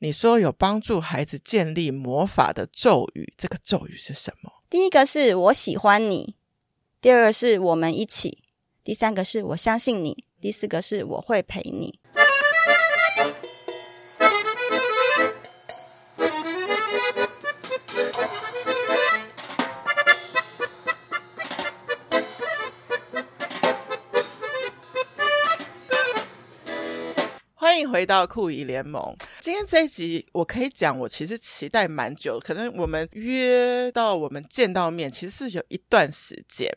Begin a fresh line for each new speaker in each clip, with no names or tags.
你说有帮助孩子建立魔法的咒语，这个咒语是什么？
第一个是我喜欢你，第二个是我们一起，第三个是我相信你，第四个是我会陪你。
欢迎回到酷姨联盟。今天这一集，我可以讲，我其实期待蛮久，可能我们约到我们见到面，其实是有一段时间。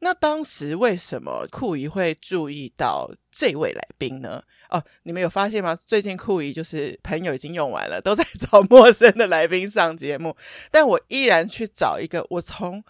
那当时为什么酷姨会注意到这位来宾呢？哦，你们有发现吗？最近酷姨就是朋友已经用完了，都在 找陌生的来宾上节目，但我依然去找一个我从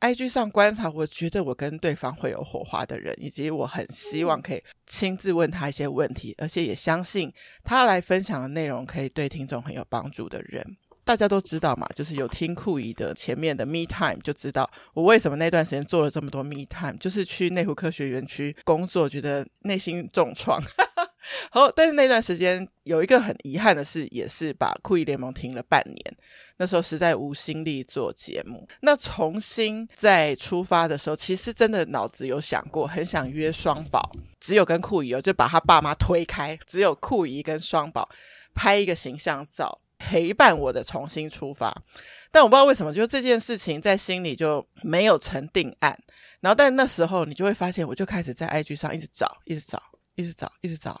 IG 上观察，我觉得我跟对方会有火花的人，以及我很希望可以亲自问他一些问题，而且也相信他来分享的内容可以对听众很有帮助的人。大家都知道嘛，就是有听酷姨的前面的 Me Time 就知道我为什么那段时间做了这么多 Me Time，就是去内湖科学园区工作，觉得内心重创。 好，但是那段时间有一个很遗憾的事，也是把酷姨联盟停了半年。那时候实在无心力做节目。那重新再出发的时候，其实真的脑子有想过，很想约双宝，只有跟酷姨哦，就把他爸妈推开，只有酷姨跟双宝拍一个形象照，陪伴我的重新出发。但我不知道为什么，就这件事情在心里就没有成定案。然后，但那时候你就会发现，我就开始在 IG 上一直找，一直找，一直找，一直找，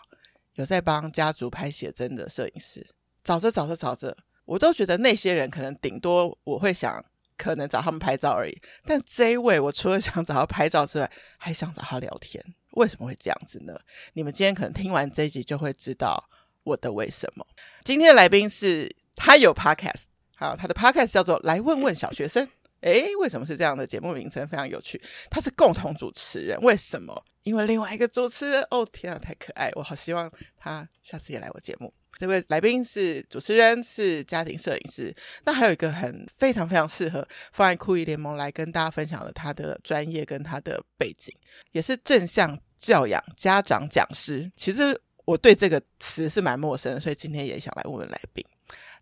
有在帮家族拍写真的摄影师。找着找着找着，我都觉得那些人可能顶多我会想，可能找他们拍照而已。但这一位，我除了想找他拍照之外，还想找他聊天。为什么会这样子呢？你们今天可能听完这一集就会知道我的为什么。今天的来宾是他有 podcast，好，他的 podcast 叫做《来问问小学生》。诶，为什么是这样的节目名称？非常有趣。他是共同主持人，为什么？因为另外一个主持人，哦天啊，太可爱！我好希望他下次也来我节目。这位来宾是主持人，是家庭摄影师。那还有一个很非常非常适合放在酷艺联盟来跟大家分享的，他的专业跟他的背景，也是正向教养家长讲师。其实我对这个词是蛮陌生的，所以今天也想来问问来宾。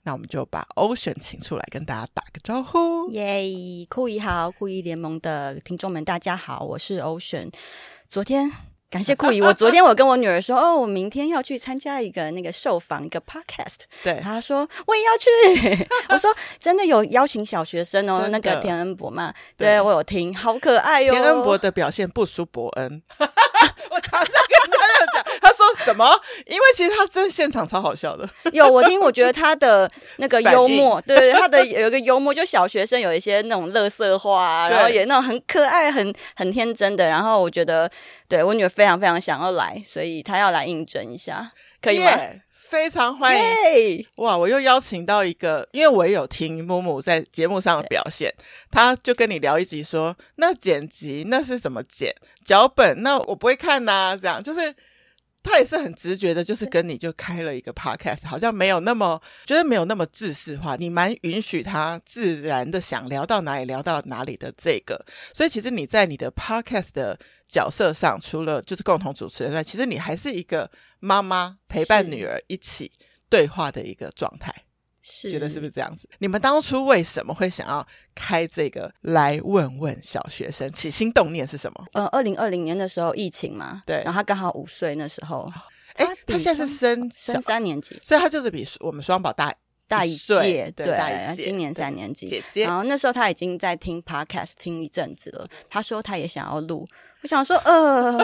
那我们就把 Ocean 请出来跟大家打个招呼。
耶、酷姨好，酷姨联盟的听众们，大家好，我是 Ocean。昨天感谢酷姨，我昨天我跟我女儿说， 哦，我明天要去参加一个那个受访一个 podcast，
对，
她说我也要 去，我说真的有邀请小学生哦，
真的
那个田恩博嘛，
对
对我有听，好可爱哟、
田恩博的表现不输伯恩，哎 我常常跟他这样讲，他说什么？因为其实他真的现场超好笑的，
有我听，我觉得他的那个
反
幽
应
默，对对，他的有一个幽默，就小学生有一些那种乐色话啊，
对
然后也那种很可爱、很很天真的。然后我觉得，对我女儿非常非常想要来，所以她要来应征一下，可以吗？
耶非常欢迎
耶
哇！我又邀请到一个，因为我也有听木木在节目上的表现，他就跟你聊一集说，那剪辑那是怎么剪，脚本那我不会看呐、这样就是他也是很直觉的，就是跟你就开了一个 podcast，好像没有那么觉得没有那么制式化，你蛮允许他自然的想聊到哪里聊到哪里的这个，所以其实你在你的 podcast 的角色上，除了就是共同主持人之外，其实你还是一个妈妈陪伴
是
女儿一起。对话的一个状态，
是
觉得是不是这样子？你们当初为什么会想要开这个来问问小学生？起心动念是什么？
呃，二零二零年的时候疫情嘛，
对
然后她刚好五岁那时候，
哎
他，啊比哦
他现在是升小
升，三年级，
所以他就是比我们双宝大
大一
岁
届，
对
对
大一，届
今年
对
三年级，
姐姐
然。后那时候他已经在听 podcast 听一阵子了，他说他也想要录。我想说，呃，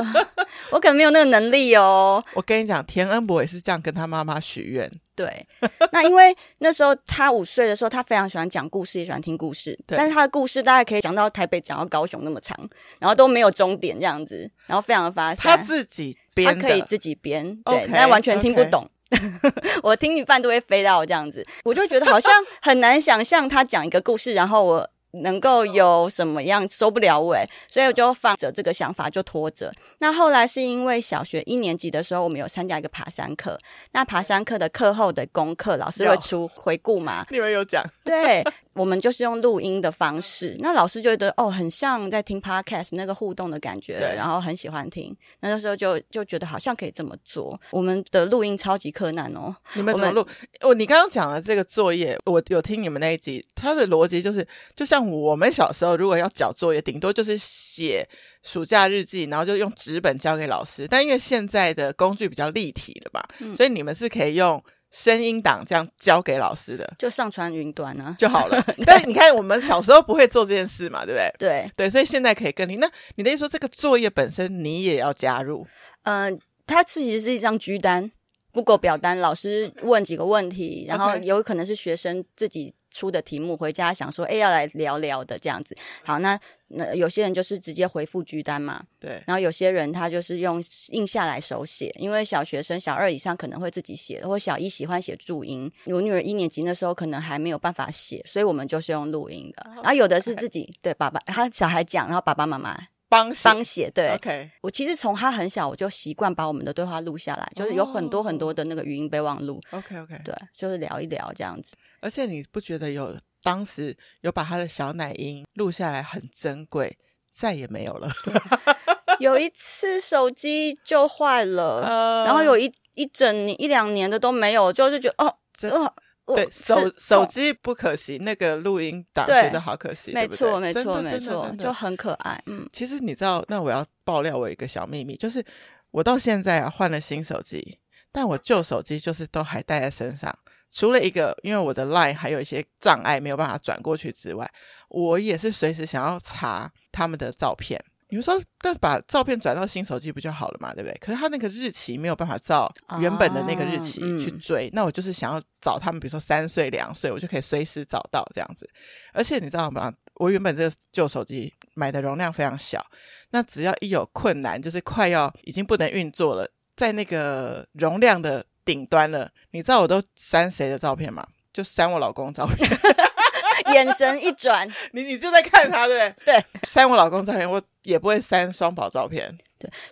我可能没有那个能力哦。
我跟你讲，田恩博也是这样跟他妈妈许愿，
对，那因为那时候他五岁的时候，他非常喜欢讲故事，也喜欢听故事。
对
但是他的故事大概可以讲到台北，讲到高雄那么长，然后都没有终点这样子，然后非常的发
他
散。
自己
啊他
编
可以
的。
自己编，对
OK，
但完全听不
OK
懂。 我听一半都会飞到这样子，我就觉得好像很难想象他讲一个故事，然后我能够有什么样收不了尾，所以我就放着这个想法就拖着。那后来是因为小学一年级的时候，我们有参加一个爬山课，那爬山课的课后的功课，老师
有
会出回顾嘛，
你们有讲
对，我们就是用录音的方式，那老师就觉得哦，很像在听 podcast 那个互动的感觉
对，
然后很喜欢听。那那时候就就觉得好像可以这么做。我们的录音超级困难哦，
你们
我
怎么
们
录？我你刚刚讲的这个作业，我有听你们那一集，它的逻辑就是，就像我们小时候如果要交作业，顶多就是写暑假日记，然后就用纸本交给老师。但因为现在的工具比较立体了吧，
嗯
所以你们是可以用声音档这样交给老师的
就上传云端啊。
就 好了。但你看，我们小时候不会做这件事嘛，对不对？
对，
对，所以现在可以更厉那你的意思说，这个作业本身你也要加入？
嗯、它其实是一张居单。Google 表单，老师问几个问题，然后
OK
有可能是学生自己出的题目，回家想说，哎、要来聊聊的这样子。好，那那有些人就是直接回复居单嘛，
对，
然后有些人他就是用印下来手写，因为小学生小二以上可能会自己写，或小一喜欢写注音。我女儿一年级那时候可能还没有办法写，所以我们就是用录音的。
哦
然后有的是自己对爸爸，他小孩讲，然后爸爸妈妈
帮写
帮写。对
OK，
我其实从他很小我就习惯把我们的对话录下来，就是有很多
哦
很多的那个语音备忘录，
OK OK，
对，就是聊一聊这样子。
而且你不觉得有当时有把他的小奶音录下来很珍贵，再也没有了。
有一次手机就 坏了，
呃
然后有一一整年一两年的都没有，就是觉得哦，
这
哦哦
对
刺
手手
痛
机不可惜，那个录音档
对
觉得好可惜，
没
对不
错，
对
没
真的
错，没
真的
错，
真的
就很可爱。 嗯，
其实你知道，那我要爆料我一个小秘密，就是我到现在啊换了新手机，但我旧手机就是都还带在身上，除了一个因为我的 LINE 还有一些障碍没有办法转过去之外，我也是随时想要查他们的照片。你们说，那把照片转到新手机不就好了嘛，对不对？可是他那个日期没有办法照原本的那个日期
啊嗯
去追，那我就是想要找他们，比如说三岁、两岁，我就可以随时找到这样子。而且你知道吗？我原本这个旧手机买的容量非常小，那只要一有困难，就是快要已经不能运作了，在那个容量的顶端了，你知道我都删谁的照片吗？就删我老公照片，
眼神一转，
你你就在看他，对不对？
对，
删我老公照片，我也不会删双宝照片，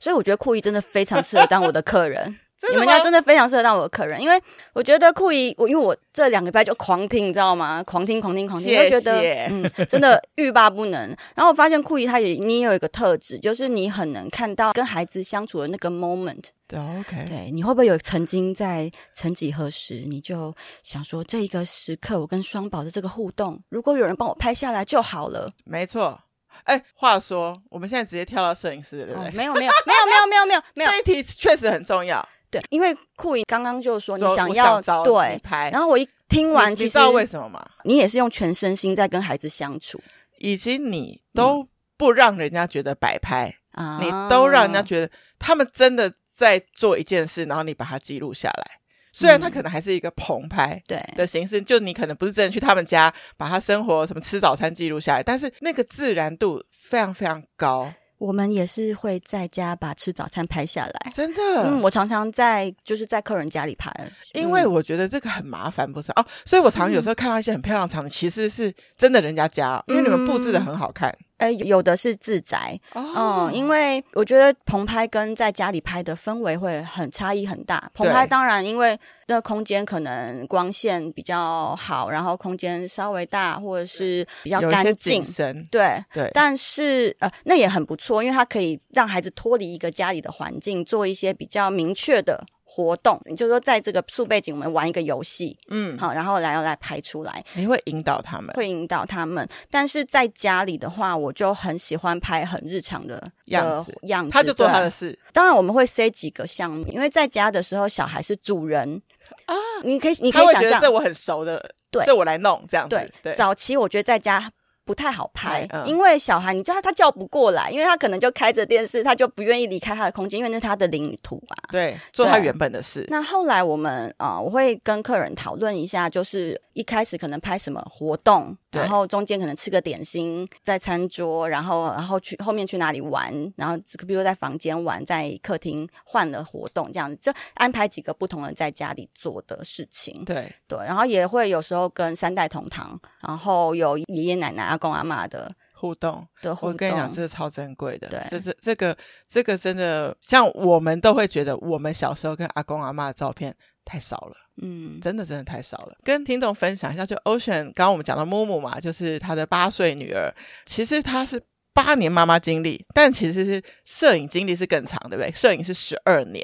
所以我觉得酷姨真的非常适合当我的客人。
真
你
的
们
吗
家？真的非常适合当我的客人，因为我觉得酷姨，我因为我这两个礼拜就狂听，你知道吗？狂听，狂听，狂听，
谢谢
就觉得嗯，真的欲罢不能。然后我发现酷姨她也，你也有一个特质，就是你很能看到跟孩子相处的那个 moment。
对，OK，
对，你会不会有曾经在曾几何时，你就想说这一个时刻，我跟双宝的这个互动，如果有人帮我拍下来就好了。
没错。哎，话说，我们现在直接跳到摄影师了，对不
哦
对？
没有没有没有没有没有没有没有
这，一题确实很重要。
对，因为酷姨刚刚就说你
说
想
我
要
找你
对，
拍，
然后我一听完，
你
其
你
实
知道为什么吗？
你也是用全身心在跟孩子相处
以及你
嗯
都不让人家觉得摆拍，
啊，
你都让人家觉得他们真的在做一件事，然后你把它记录下来。虽然它
嗯
可能还是一个棚拍
对
的形式，就你可能不是真的去他们家把他生活什么吃早餐记录下来，但是那个自然度非常非常高，
我们也是会在家把吃早餐拍下来。
真的。
嗯，我常常在就是在客人家里拍，嗯
因为我觉得这个很麻烦，不是哦，所以我常有时候看到一些很漂亮的场景，其实是真的人家家哦，因为你们布置的很好看
哎、有的是自宅，
哦
嗯，因为我觉得棚拍跟在家里拍的氛围会很差异很大。棚拍
对
当然因为那空间可能光线比较好，然后空间稍微大，或者是比较
有一些
干
景
净，
深，
对。
对，
但是呃，那也很不错，因为它可以让孩子脱离一个家里的环境，做一些比较明确的活动。就是说，在这个素背景，我们玩一个游戏，
嗯，
好，然后来来排出来。
你会引导他们，
会引导他们。但是在家里的话，我就很喜欢拍很日常的
样子
嗯的样子
他就做他。的
对啊
事，
当然我们会塞几个项目，因为在家的时候小孩是主人
啊，
你可以你可
他
以
会
想
觉得
象，
这我很熟的，
对
这我来弄这样子
对，
对，
早期我觉得在家。不太好拍
哎，嗯
因为小孩，你知道他叫不过来，因为他可能就开着电视，他就不愿意离开他的空间，因为那是他的领土啊。
对，做他
对
原本的事，
那后来我们啊、呃我会跟客人讨论一下，就是一开始可能拍什么活动，
对
然后中间可能吃个点心，在餐桌，然后然后去后面去哪里玩，然后这个比如说在房间玩，在客厅换了活动，这样子就安排几个不同人在家里做的事情。
对，
对，然后也会有时候跟三代同堂，然后有爷爷奶奶、阿公阿妈的
互动。
的互
我
动。
跟你讲，这是超珍贵的。
对
这这这个这个真的，像我们都会觉得，我们小时候跟阿公阿妈的照片太少了。
嗯，
真的真的太少了。跟听众分享一下，就 Ocean，刚刚我们讲到木木嘛，就是他的八岁女儿，其实她是八年妈妈经历，但其实是摄影经历是更长，对不对？摄影是十二年，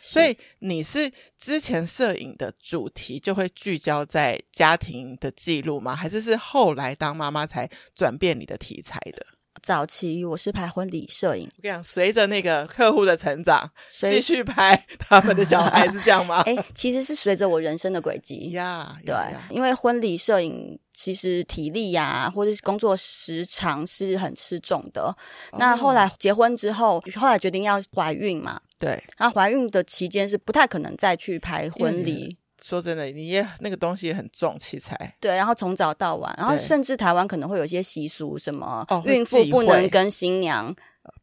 所
嗯
以你是之前摄影的主题就会聚焦在家庭的记录吗？还是是后来当妈妈才转变你的题材的？
早期我是拍婚礼摄影，
我跟你讲，随着那个客户的成长，
所
继
以
续啊拍他们的小孩是这样吗？
哎、其实是随着我人生的轨 迹，
呀，
对
呀呀，
因为婚礼摄影其实体力呀、或者是工作时长是很吃重的。那后
哦
来结婚之后，后来决定要怀孕嘛，
对，
那怀孕的期间是不太可能再去拍婚礼。
说真的，你也那个东西也很重器材，
对，然后从早到晚，然后
对
甚至台湾可能会有一些习俗，什么
哦会
孕妇
忌
不
讳
能跟新娘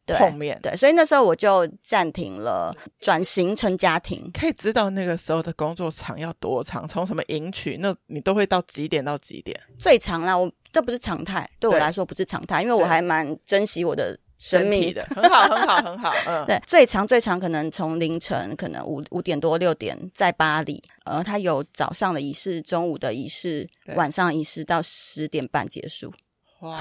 对
碰面
对，所以那时候我就暂停了，转型成家庭。
可以知道那个时候的工作场要多长，从什么迎娶，那你都会到几点到几点？
最长啦，我这不是常态，对我
对
来说不是常态，因为我
对
还蛮珍惜我的生
身
命
体的，很好，很好，很好，嗯，
对，最长最长可能从凌晨可能五五点多六点在巴黎，呃，它有早上的仪式、中午的仪式
对、
晚上仪式到十点半结束，
哇，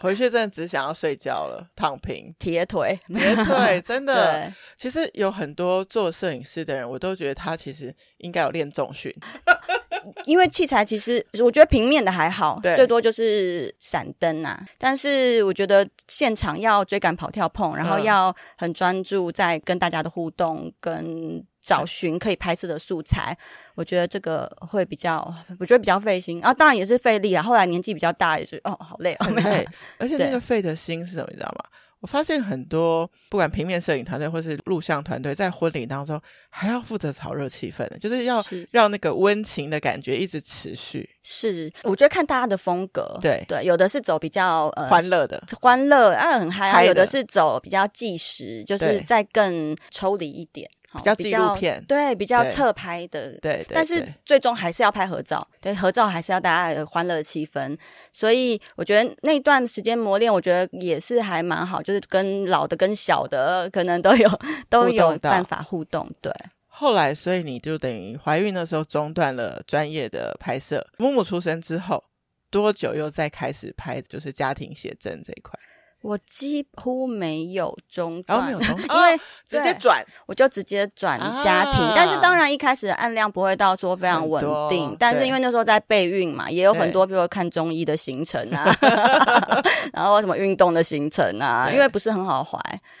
回去真的只想要睡觉了，躺平。
铁腿。
也对，真的，
对，
其实有很多做摄影师的人，我都觉得他其实应该有练重 训，
因为器材其实我觉得平面的还好，
对
最多就是闪灯啊。但是我觉得现场要追赶、跑、跳、碰，然后
嗯
要很专注在跟大家的互动跟。找
嗯
寻可以拍摄的素材，我觉得这个会比较，我觉得比较费心啊，当然也是费力啊。后来年纪比较大，也是哦，好累哦，
很累。而且那
对
个费的心是什么，你知道吗？我发现很多不管平面摄影团队或是录像团队，在婚礼当中还要负责炒热气氛，就是要
是
让那个温情的感觉一直持续，
是，我觉得看大家的风格，
对
对，有的是走比较呃
欢乐的。
欢乐啊很嗨啊，
嗨的
有的是走比较纪实，就是
对
再更抽离一点，好
比较纪录片
对，比哦较
对
侧拍的。
对，对
但是
对
最终还是要拍合照，对，合照还是要大家有欢乐的气氛，所以我觉得那段时间磨练，我觉得也是还蛮好，就是跟老的跟小的可能都有都
互
有
动到
办法互动，对，
后来，所以你就等于怀孕的时候中断了专业的拍摄。木木出生之后多久又再开始拍，就是家庭写真这一块？
我几乎没有中
然
断，
后没有中，
因为
哦直接
对
转
我就直接转家庭，
啊
但是当然一开始的按量不会到说非常稳
很多
定，但是因为那时候在备孕嘛，也有很多，比如说看中医的行程 啊， 然后什么运动的行程啊，
对
因为不是很好怀。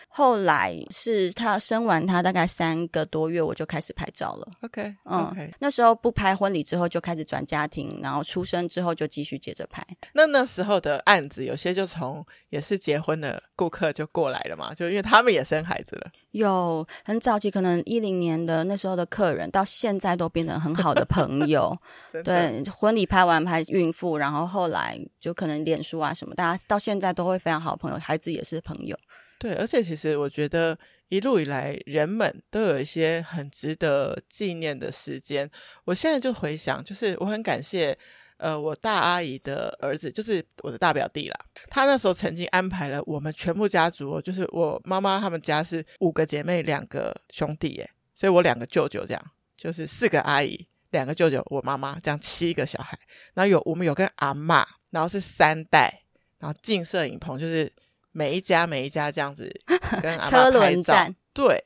后来是他生完他大概三个多月，我就开始拍照了。
，OK
嗯
OK，、
那时候不拍婚礼之后就开始转家庭，然后出生之后就继续接着拍。
那那时候的案子，有些就从也是结婚的顾客就过来了嘛，就因为他们也生孩子了，
有很早期，可能一零年的那时候的客人，到现在都变成很好的朋友。
真的。
对，婚礼拍完拍孕妇，然后后来就可能脸书啊什么，大家到现在都会非常好的朋友，孩子也是朋友。
对而且其实我觉得一路以来，人们都有一些很值得纪念的时间。我现在就回想，就是我很感谢。呃，我大阿姨的儿子就是我的大表弟啦。他那时候曾经安排了我们全部家族哦，就是我妈妈他们家是五个姐妹，两个兄弟耶，所以我两个舅舅这样，就是四个阿姨，两个舅舅，我妈妈这样七个小孩。然后有我们有跟阿嬷，然后是三代，然后进摄影棚，就是每一家每一家这样子跟阿
车
嬷
轮
拍照
战。
对，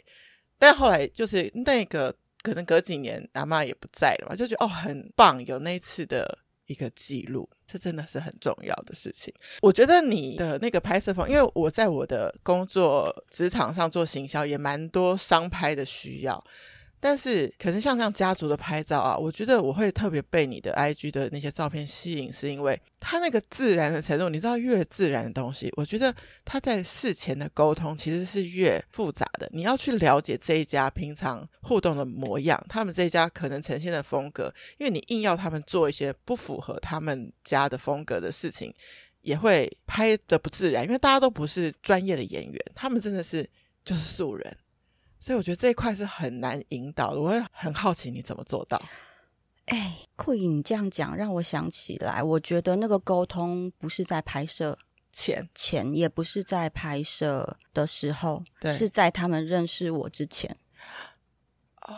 但后来就是那个可能隔几年阿嬷也不在了嘛，就觉得哦很棒，有那一次的一个记录，这真的是很重要的事情。我觉得你的那个拍摄风，因为我在我的工作职场上做行销，也蛮多商拍的需要。但是，可能像这样家族的拍照啊，我觉得我会特别被你的 IG 的那些照片吸引，是因为它那个自然的程度。你知道，越自然的东西，我觉得它在事前的沟通其实是越复杂的。你要去了解这一家平常互动的模样，他们这一家可能呈现的风格，因为你硬要他们做一些不符合他们家的风格的事情，也会拍的不自然，因为大家都不是专业的演员，他们真的是就是素人。所以我觉得这一块是很难引导的，我会很好奇你怎么做到。
哎，酷颖你这样讲让我想起来，我觉得那个沟通不是在拍摄
钱
前，也不是在拍摄的时候
对，
是在他们认识我之前。
哦，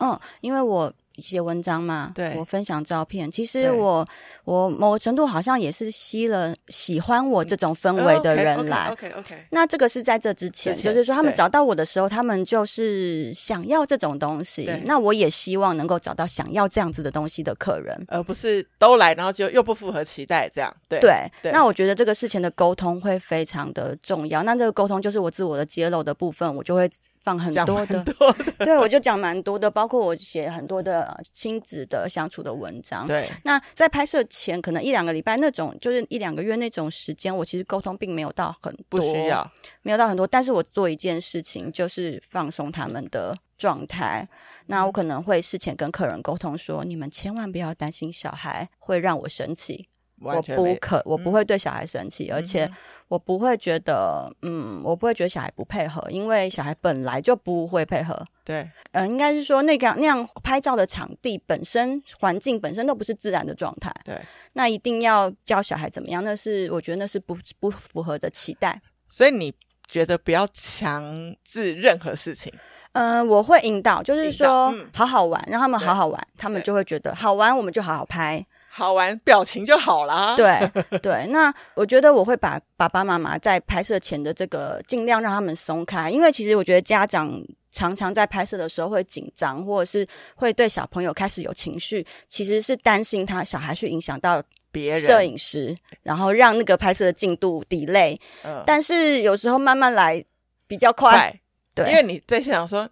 嗯，因为我写文章嘛，
对
我分享照片，其实
对
我我某程度好像也是吸了喜欢我这种氛围的人来。
嗯哦 OK OK，
那这个是在这之前，
之前
就是说他们
对
找到我的时候，他们就是想要这种东西
对。
那我也希望能够找到想要这样子的东西的客人。
而不是都来，然后就又不符合期待这样。对
对，
对
那我觉得这个事情的沟通会非常的重要。那这个沟通就是我自我的揭露的部分，我就会放很
讲
多
蛮
的，
多的，
对我就讲蛮多的，包括我写很多的呃亲子的相处的文章。
对
那在拍摄前，可能一两个礼拜那种，就是一两个月那种时间，我其实沟通并没有到很
不
多，
需，要。
没有到很多。但是我做一件事情，就是放松他们的状态。那我
嗯
可能会事前跟客人沟通说，你们千万不要担心小孩会让我生气，
完
我
全
不
没嗯
可，我不会对小孩生气，而且我不会觉得，嗯，我不会觉得小孩不配合，因为小孩本来就不会配合。
对，
呃，应该是说那个那样拍照的场地本身环境本身都不是自然的状态，
对，
那一定要教小孩怎么样，那是我觉得那是不不符合的期待。
所以你觉得不要强制任何事情，
嗯、我会引导，就是
引导
说、
嗯
好好玩，让他们
对
好好玩，他们
对
就会觉得好玩，我们就好 好拍。
好玩表情就好啊啦。，
对对，那我觉得我会把爸爸妈妈在拍摄前的这个尽量让他们松开，因为其实我觉得家长。常常在拍摄的时候会紧张，或者是会对小朋友开始有情绪，其实是担心他小孩去影响到
别人
摄，影师，然后让那个拍摄的进度 delay，
嗯，
但是有时候慢慢来比较快，
快，
对，
因为你在现场说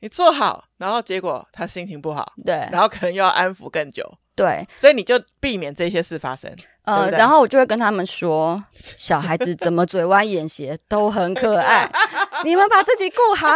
你做好，然后结果他心情不好，
对
然后可能又要安抚更久，
对，
所以你就避免这些事发生。对
呃，
不对
然后我就会跟他们说， 小孩子怎么嘴歪眼斜都很可 爱，你们把自己顾好。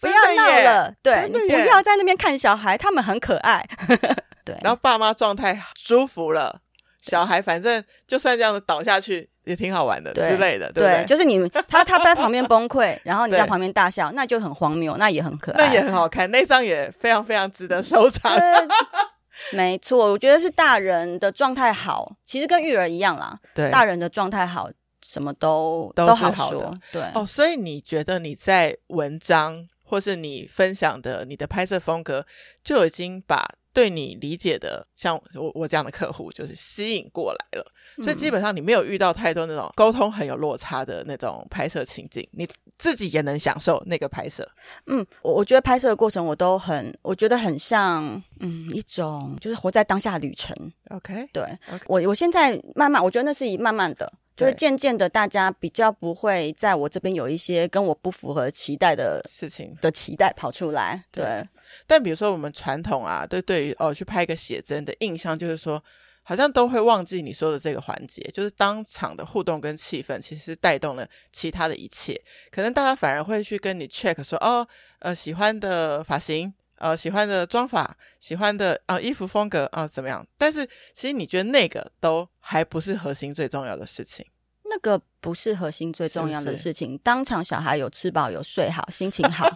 不要
真的
闹
耶
了，对
真
你
的
不
耶
要在那边看小孩，他们很可爱。 对，
然后爸妈状态舒服了，小孩反正就算这样子倒下去也挺好玩的
对
之类的，对不
对，就是你他他在旁边 崩溃，然后你在
对
旁边大笑，那就很荒谬，那也很可爱。
那也很好看，那张也非常非常值得收藏。
对，没错，我觉得是大人的状态好，其实跟育儿一样啦。
对
大人的状态好，什么都
都是
好
好的
说。对，
哦，所以你觉得你在文章或是你分享的你的拍摄风格，就已经把对你理解的，像我我这样的客户，就是吸引过来了。所以
嗯
基本上你没有遇到太多那种沟通很有落差的那种拍摄情境，你自己也能享受那个拍摄。
嗯，我我觉得拍摄的过程我都很，我觉得很像，嗯，一种就是活在当下的旅程。
OK，
对
OK
我，我现在慢慢，我觉得那是以慢慢的。就是
对
渐渐的，大家比较不会在我这边有一些跟我不符合期待的
事情。
的期待跑出来。
对
对，
但比如说我们传统啊，对对于哦去拍一个写真的印象，就是说好像都会忘记你说的这个环节，就是当场的互动跟气氛，其实带动了其他的一切。可能大家反而会去跟你 check 说，哦，呃，喜欢的发型。呃，喜欢的妆法，喜欢的啊、呃衣服风格啊、呃怎么样？但是其实你觉得那个都还不是核心最重要的事情，
那个不是核心最重要的事情。当场小孩有吃饱有睡好，心情好，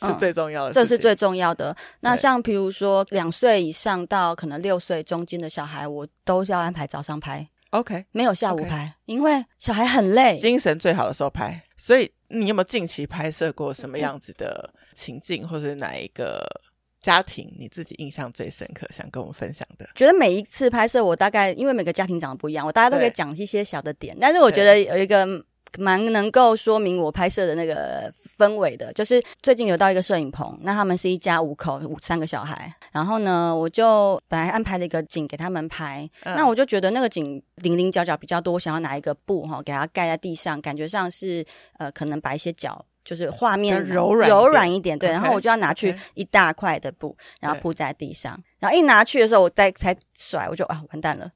是最重要的事情。
嗯这是最重要的。那
对
像比如说两岁以上到可能六岁中间的小孩，我都要安排早上拍，
OK，
没有下午
OK
拍因为小孩很累。
精神最好的时候拍。所以你有没有近期拍摄过什么样子的情境，或者是哪一个家庭你自己印象最深刻，想跟我们分享的？
觉得每一次拍摄，我大概因为每个家庭长得不一样，我大家都可以
对
讲一些小的点，但是我觉得有一个蛮能够说明我拍摄的那个氛围的，就是最近有到一个摄影棚，那他们是一家五口，五三个小孩，然后呢，我就本来安排了一个景给他们拍，
嗯
那我就觉得那个景零零角角比较多，我想要拿一个布哈、给它盖在地上，感觉上是呃可能把一些角。就是画面啊
比较柔软一点
柔软一点，对。
OK，
然后我就要拿去
OK
一大块的布，然后
对
铺在地上。然后一拿去的时候，我再才甩，我就啊，完蛋了，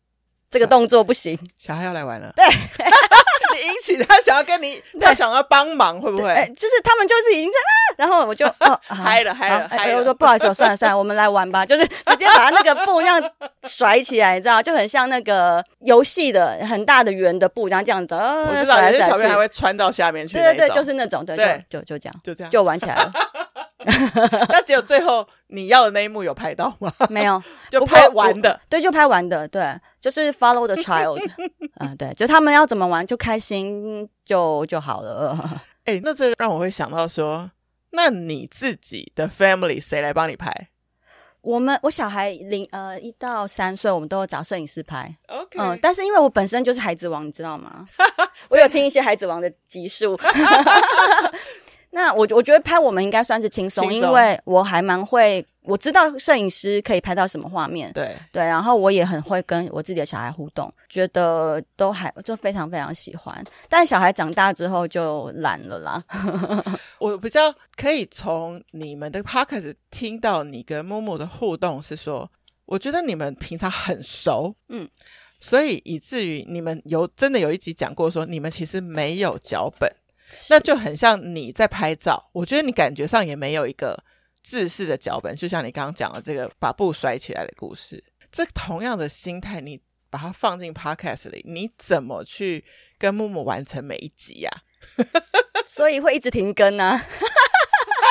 这个动作不行。
小孩要来玩了，对， 你引起他想要跟你，他想要帮忙，会不
哎、
会？
就是他们就是已经在啊，然后 我就哦，啊
嗨了嗨了
好哎
嗨了
我说不好意思，算了算了，我们来玩吧，就是直接把那个布这样甩起来，你知道，就很像那个游戏的很大的圆的布，然后这样子，
我
啊、
知道
甩来
有些
甩
小朋
去
友，还会穿到下面去
对
那
对
种，
对，就是那种，对，
对
就就就这样，
就这样。
就玩起来 了，
那只有最后你要的那一幕有拍到 吗？
没有，
就
不过
拍完的，
对，就拍完的，对，就是 follow the child，嗯、对，就他们要怎么玩就开心就就好了。
哎、那这让我会想到说，那你自己的 family 谁来帮你拍
我们我小孩零呃一到三岁，我们都有找摄影师拍。
？OK，、
嗯，但是因为我本身就是孩子王，你知 道吗？我有听一些孩子王的集数。 那我我觉得拍我们应该算是轻松，
轻
因
松
为我还蛮会，我知道摄影师可以拍到什么画面，
对，
对，然后我也很会跟我自己的小孩互动，觉得都还就非常非常喜欢。但小孩长大之后就懒了啦，
我比较可以从你们的 podcast 听到你跟木木的互动是说，我觉得你们平常很熟，
嗯，
所以以至于你们有真的有一集讲过说，你们其实没有脚本，那就很像你在拍照。我觉得你感觉上也没有一个制式的脚本，就像你刚刚讲的这个把布甩起来的故事，这同样的心态你。把它放进 podcast 里，你怎么去跟木木完成每一集啊呀、
所以会一直停更啊。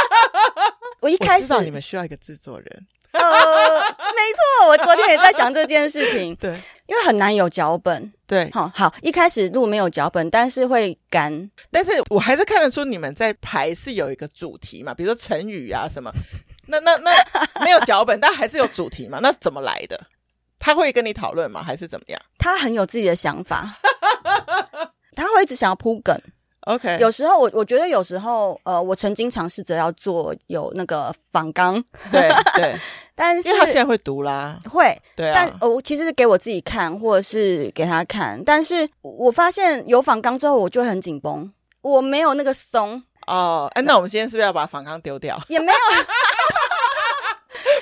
我一开
我知
始
道你们需要一个制作人，
呃，没错，我昨天也在想这件事情，
对
因为很难有脚本。
对，
好、好，一开始录没有脚本，但是会赶。
但是我还是看得出你们在排是有一个主题嘛，比如说成语啊什么。那那那没有脚本，但还是有主题嘛？那怎么来的？他会跟你讨论吗？还是怎么样
他很有自己的想法，他会一直想要铺梗。
？OK，
有时候我我觉得有时候呃，我曾经尝试着要做有那个仿纲，
对 对，
但是
因为他现在会读啦，
会，
对
但
啊，
呃我其实是给我自己看，或者是给他看，但是我发现有仿纲之后，我就会很紧绷，我没有那个松，
哦，哎，那我们今天是不是要把反纲丢掉？
也没有，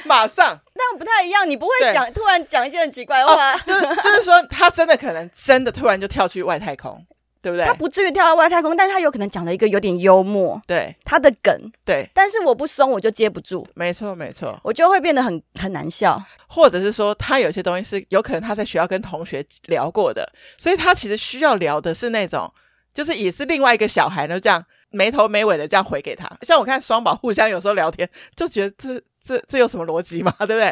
马上，
但不太一样，你不会
对哦
讲突然讲一些很奇怪的话。
就是就是说，他真的可能真的突然就跳去外太空，对不对
他？不至于跳到外太空，但是他有可能讲了一个有点幽默，
对
他的梗，
对，
但是我不松，我就接不住，
没错没错。
我就会变得很很难笑。
或者是说他有些东西是有可能他在学校跟同学聊过的，所以他其实需要聊的是那种，就是也是另外一个小孩呢这样没头没尾的这样回给他。像我看双宝互相有时候聊天，就觉得这这这有什么逻辑 嘛，对不对？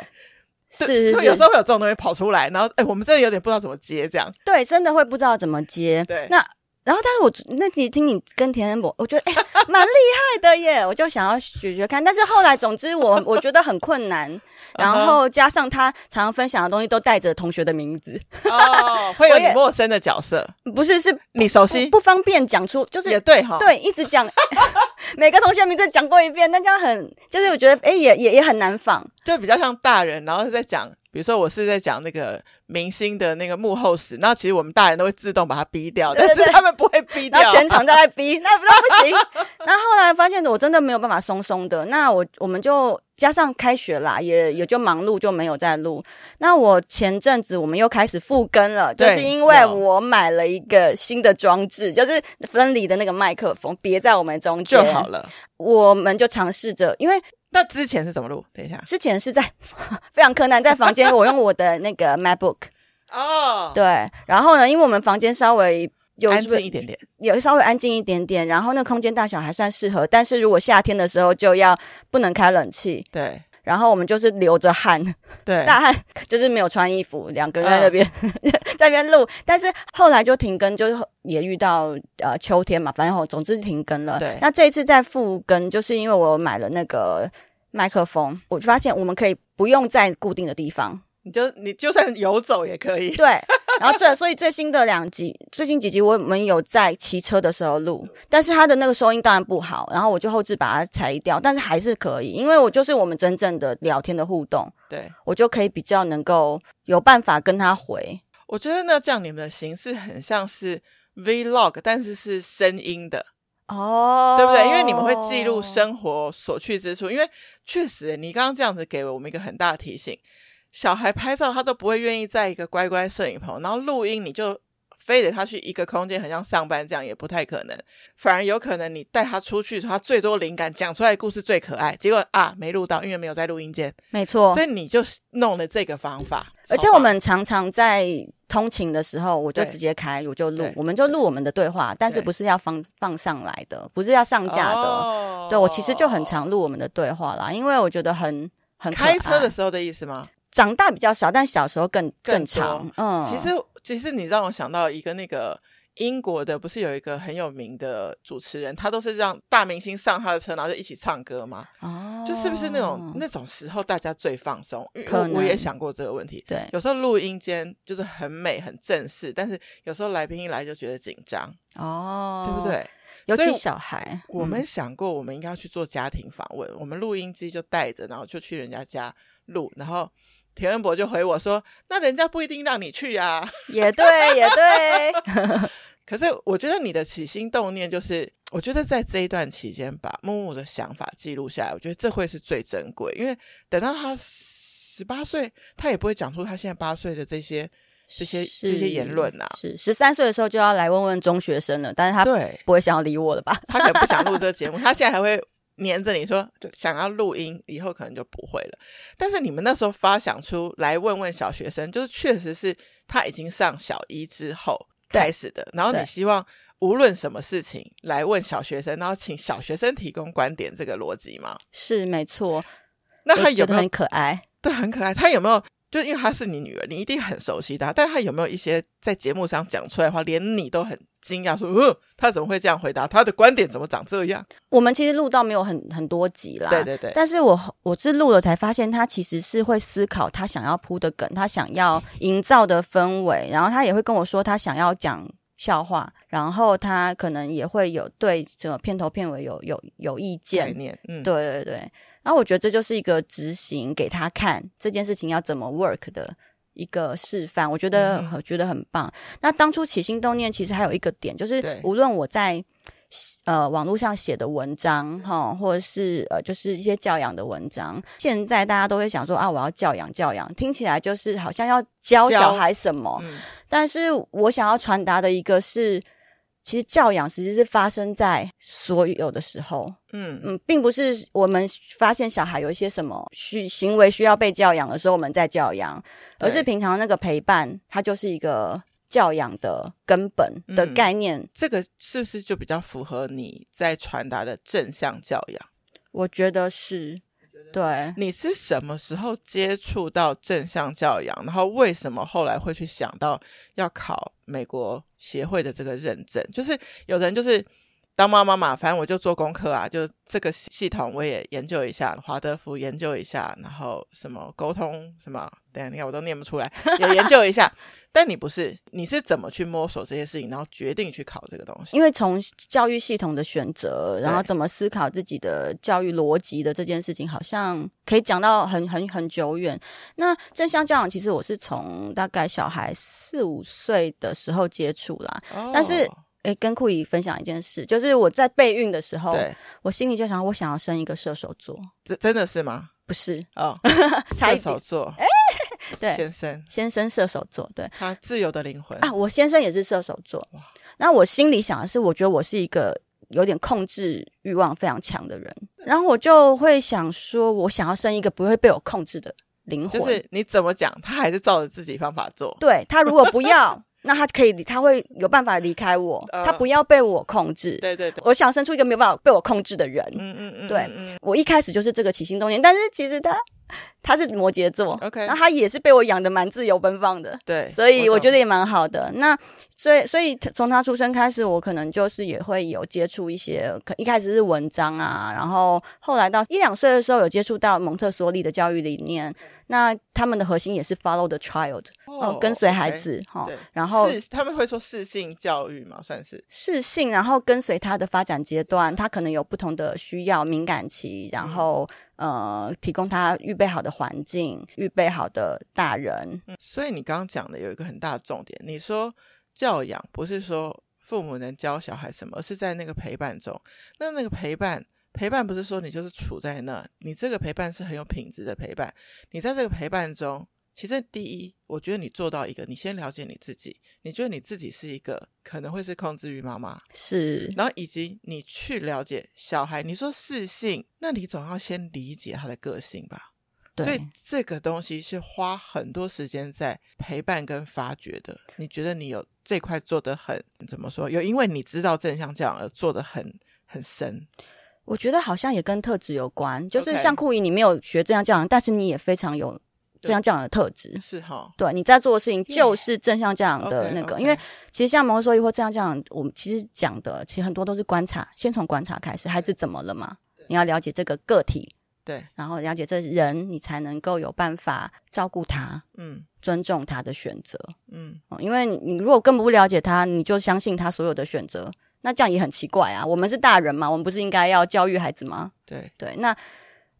是
对
是
所以
是，
有时候会有这种东西跑出来，然后哎，我们真的有点不知道怎么接这样。
对，真的会不知道怎么接。
对
那然后但是我那你听你跟田恩博，我觉得哎、蛮厉害的耶，我就想要学学看。但是后来，总之我我觉得很困
嗯
难。然后加上他常常分享的东西都带着同学的名字，
哦，会有
我
你
也
陌生的角色，
不是是
你熟
不
悉
不方便讲出，就是
也对哈、
对，一直讲 每个同学名字讲过一遍，但这样很就是我觉得哎、也也也很难仿。
就比较像大人，然后在讲，比如说我是在讲那个明星的那个幕后史，然后其实我们大人都会自动把它逼掉，
对对
但是
对
他们不会逼
然
掉
后，全场在那逼，那不那 不行。那后来发现我真的没有办法松松的，那我我们就加上开学啦，也也就忙碌，就没有再录。那我前阵子我们又开始复更了，就
对
是因为
有
我买了一个新的装置，就是分离的那个麦克风，别在我们中间
就好。了。
我们就尝试着，因为
那之前是怎么录？等一下
之前是在非常柯南在房间，我用我的那个 MacBook
哦，
对，然后呢，因为我们房间稍微。有
安静一点点，
有稍微安静一点点，然后那个空间大小还算适合。但是如果夏天的时候就要不能开冷气，
对
然后我们就是流着汗，
对，嗯
大汗， 就是没有穿衣服，两个人在那边、在那边录。但是后来就停更，就是也遇到呃秋天嘛，反正总之停更了。
对
那这一次再复更，就是因为我买了那个麦克风，我就发现我们可以不用在固定的地方，
你就你就算游走也可以。
对，然后最所以最新的两集，最近几集我们有在骑车的时候录，但是它的那个收音当然不好，然后我就后置把它裁掉，但是还是可以，因为我就是我们真正的聊天的互动，
对，
我就可以比较能够有办法跟他回。
我觉得呢，这样你们的形式很像是 vlog，但是是声音的。
哦
对不对？因为你们会记录，生活所去之处，因为确实你刚刚这样子给了我们一个很大的提醒，小孩拍照他都不会愿意在一个乖乖摄影棚，然后录音你就非得他去一个空间，很像上班这样也不太可能，反而有可能你带他出去，他最多灵感讲出来的故事最可爱，结果啊没录到，因为没有在录音间，
没错
所。以你就弄了这个方法，
哦而且
超棒
我们常常在通勤的时候，我就
对
直接开，我就录
对，
我们就录我们的对话，但是
对
不是要放放上来的，不是要上架的。
哦
对我其实就很常录我们的对话啦，因为我觉得很很可爱
开车的时候的意思吗？
长大比较少，但小时候更
更
长
多。
嗯，
其实，其实你让我想到一个那个英国的不是有一个很有名的主持人，他都是让大明星上他的车，然后就一起唱歌嘛？
哦，
就是不是那种那种时候大家最放松？因为
可能
我我也想过这个问题。
对
有时候录音间就是很美很正式，但是有时候来宾一来就觉得紧张，
哦，
对不？对？
尤
所以
其小孩，
我们
嗯
想过，我们应该要去做家庭访问，我们录音机就带着，然后就去人家家录，然后田恩博就回我说：“那人家不一定让你去呀、啊。
也对，也对，”
可是我觉得你的起心动念就是，我觉得在这一段期间把木木的想法记录下来，我觉得这会是最珍贵，因为等到他十八岁，他也不会讲出他现在八岁的这些 这些这些言论啊呐、
是十三岁的时候就要来问问中学生了，但是他
对，
不会想要理我了吧？
他可能不想录这个节目，他现在还会黏着你说想要录音，以后可能就不会了。但是你们那时候发想出来问问小学生，就是确实是他已经上小一之后
对
开始的，然后你
对
希望。无论什么事情来问小学生，然后请小学生提供观点，这个逻辑吗？
是没错，
那他
我
有
觉得
没有
很可爱？
对很可爱？他有没有就因为他是你女儿，你一定很熟悉他，但他有没有一些在节目上讲出来的话，连你都很惊讶，说呃，他怎么会这样回答？他的观点怎么长这样？
我们其实录到没有很很多集啦，
对对对，
但是我我是录了才发现，他其实是会思考他想要铺的梗，他想要营造的氛围，然后他也会跟我说他想要讲笑话，然后他可能也会有对什么片头片尾有有有意
概
见。
念，嗯，
对对对，然后我觉得这就是一个执行给他看这件事情要怎么 work 的一个示范，我觉得、
嗯哼
我觉得很棒。那当初起心动念其实还有一个点，就是
对
无论我在呃网络上写的文章哈，或者是呃就是一些教养的文章，现在大家都会想说啊，我要教养教养，听起来就是好像要教
教
小孩什么，
嗯
但是我想要传达的一个是。其实教养其实是发生在所有的时候，
嗯，
嗯，并不是我们发现小孩有一些什么需行为需要被教养的时候，我们在教养，
对
而是平常那个陪伴，它就是一个教养的根本的
嗯
概念。
这个是不是就比较符合你在传达的正向教养？
我觉得是，对，
你是什么时候接触到正向教养？然后为什么后来会去想到要考美国协会的这个认证？就是有人就是当妈妈嘛，反正我就做功课啊，就这个系统我也研究一下，华德福研究一下，然后什么沟通什么，等一下你看我都念不出来， 也研究一下。但你不是，你是怎么去摸索这些事情，然后决定去考这个东西？
因为从教育系统的选择，然后
对
怎么思考自己的教育逻辑的这件事情，好像可以讲到很很很久远。那正向教养，其实我是从大概小孩四五岁的时候接触啦，
哦
但是诶，跟库仪分享一件事，就是我在备孕的时候，
哦对，
我心里就想，我想要生一个射手座，
这真的是吗？
不是
哦，
差
射
一哎
手座，
对
先嗯生，
先生射手座，对
他自由的灵魂
啊，我先生也是射手座。那我心里想的是，我觉得我是一个有点控制欲望非常强的人，然后我就会想说，我想要生一个不会被我控制的灵魂，
就是你怎么讲，他还是照着自己方法做。
对他如果不要，那他可以离，他会有办法离开我，
呃
他不要被我控制。
对对对，
我想生出一个没有办法被我控制的人。
嗯嗯嗯，
对
嗯
我一开始就是这个起心动念，但是其实他他是摩羯座
OK 哎
然后他也是被我养的蛮自由奔放的，
对，
所以我觉
得
得也蛮好的。那所以所以从他出生开始，我可能就是也会有接触一些，可一开始是文章啊，然后后来到一两岁的时候有接触到蒙特梭利的教育理念，那他们的核心也是 follow the child，哦，跟随孩，子哈
OK，对，
然后
是他们会说适性教育嘛，算是
适性，然后跟随他的发展阶
嗯
段，他可能有不同的需要、敏感期，然后、呃，提供他预备好的环境、预备好的大人。
所以你刚刚讲的有一个很大的重点，你说教养不是说父母能教小孩什么，而是在那个陪伴中。那那个陪伴，陪伴不是说你就是处在那，你这个陪伴是很有品质的陪伴。你在这个陪伴中，其实第一，我觉得你做到一个，你先了解你自己，你觉得你自己是一个可能会是控制欲妈妈，
嗯是
然后以及你去了解小孩，你说适性，那你总要先理解他的个性吧。
对
所以这个东西是花很多时间在陪伴跟发掘的。你觉得你有这块做得很怎么说？有因为你知道正向教养而做得很很深，
我觉得好像也跟特质有关，就是
OK
像酷姨，你没有学这样教养，但是你也非常有正向教养的特质。
是哈，
对，你在做的事情就是正向教养的
OK，
那个
OK
因为其实像蒙特梭利或正向教养，我们其实讲的其实很多都是观察，先从观察开始，孩子怎么了嘛？你要了解这个个体，
对，
然后了解这人，你才能够有办法照顾他、
嗯
尊重他的选择。
嗯，
哦，因为你你如果根本不了解他，你就相信他所有的选择，那这样也很奇怪啊。我们是大人嘛，我们不是应该要教育孩子吗？
对，
对，那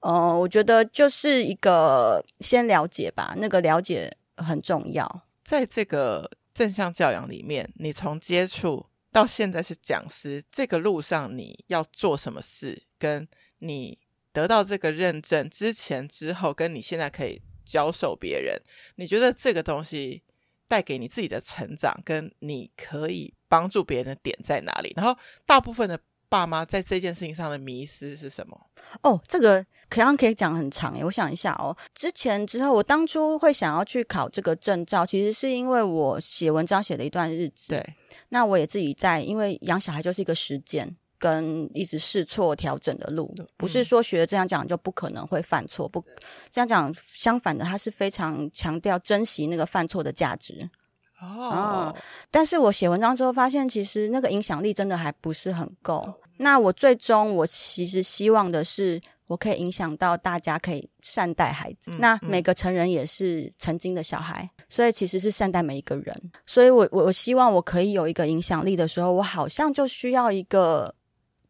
呃，我觉得就是一个先了解吧，那个了解很重要。
在这个正向教养里面，你从接触到现在是讲师，这个路上你要做什么事，跟你得到这个认证之前、之后，跟你现在可以教授别人，你觉得这个东西带给你自己的成长，跟你可以帮助别人的点在哪里？然后大部分的爸妈在这件事情上的迷失是什么？
哦，这个可像可以讲很长耶，我想一下哦。之前之后，我当初会想要去考这个证照，其实是因为我写文章写了一段日子，
对，
那我也自己在，因为养小孩就是一个实践跟一直试错调整的路，不是说学了这样讲就不可能会犯错，不这样讲相反的，他是非常强调珍惜那个犯错的价值。
哦，
但是我写文章之后发现，其实那个影响力真的还不是很够。那我最终我其实希望的是，我可以影响到大家，可以善待孩子。那每个成人也是曾经的小孩，所以其实是善待每一个人。所以我我我希望我可以有一个影响力的时候，我好像就需要一个。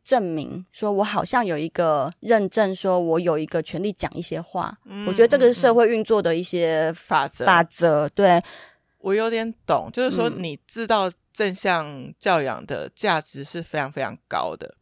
证明说，我好像有一个认证，说我有一个权利讲一些话。我觉得这个是社会运作的一些
法则，
法则，对，
我有点懂，就是说
嗯
你知道正向教养的价值是非常非常高的，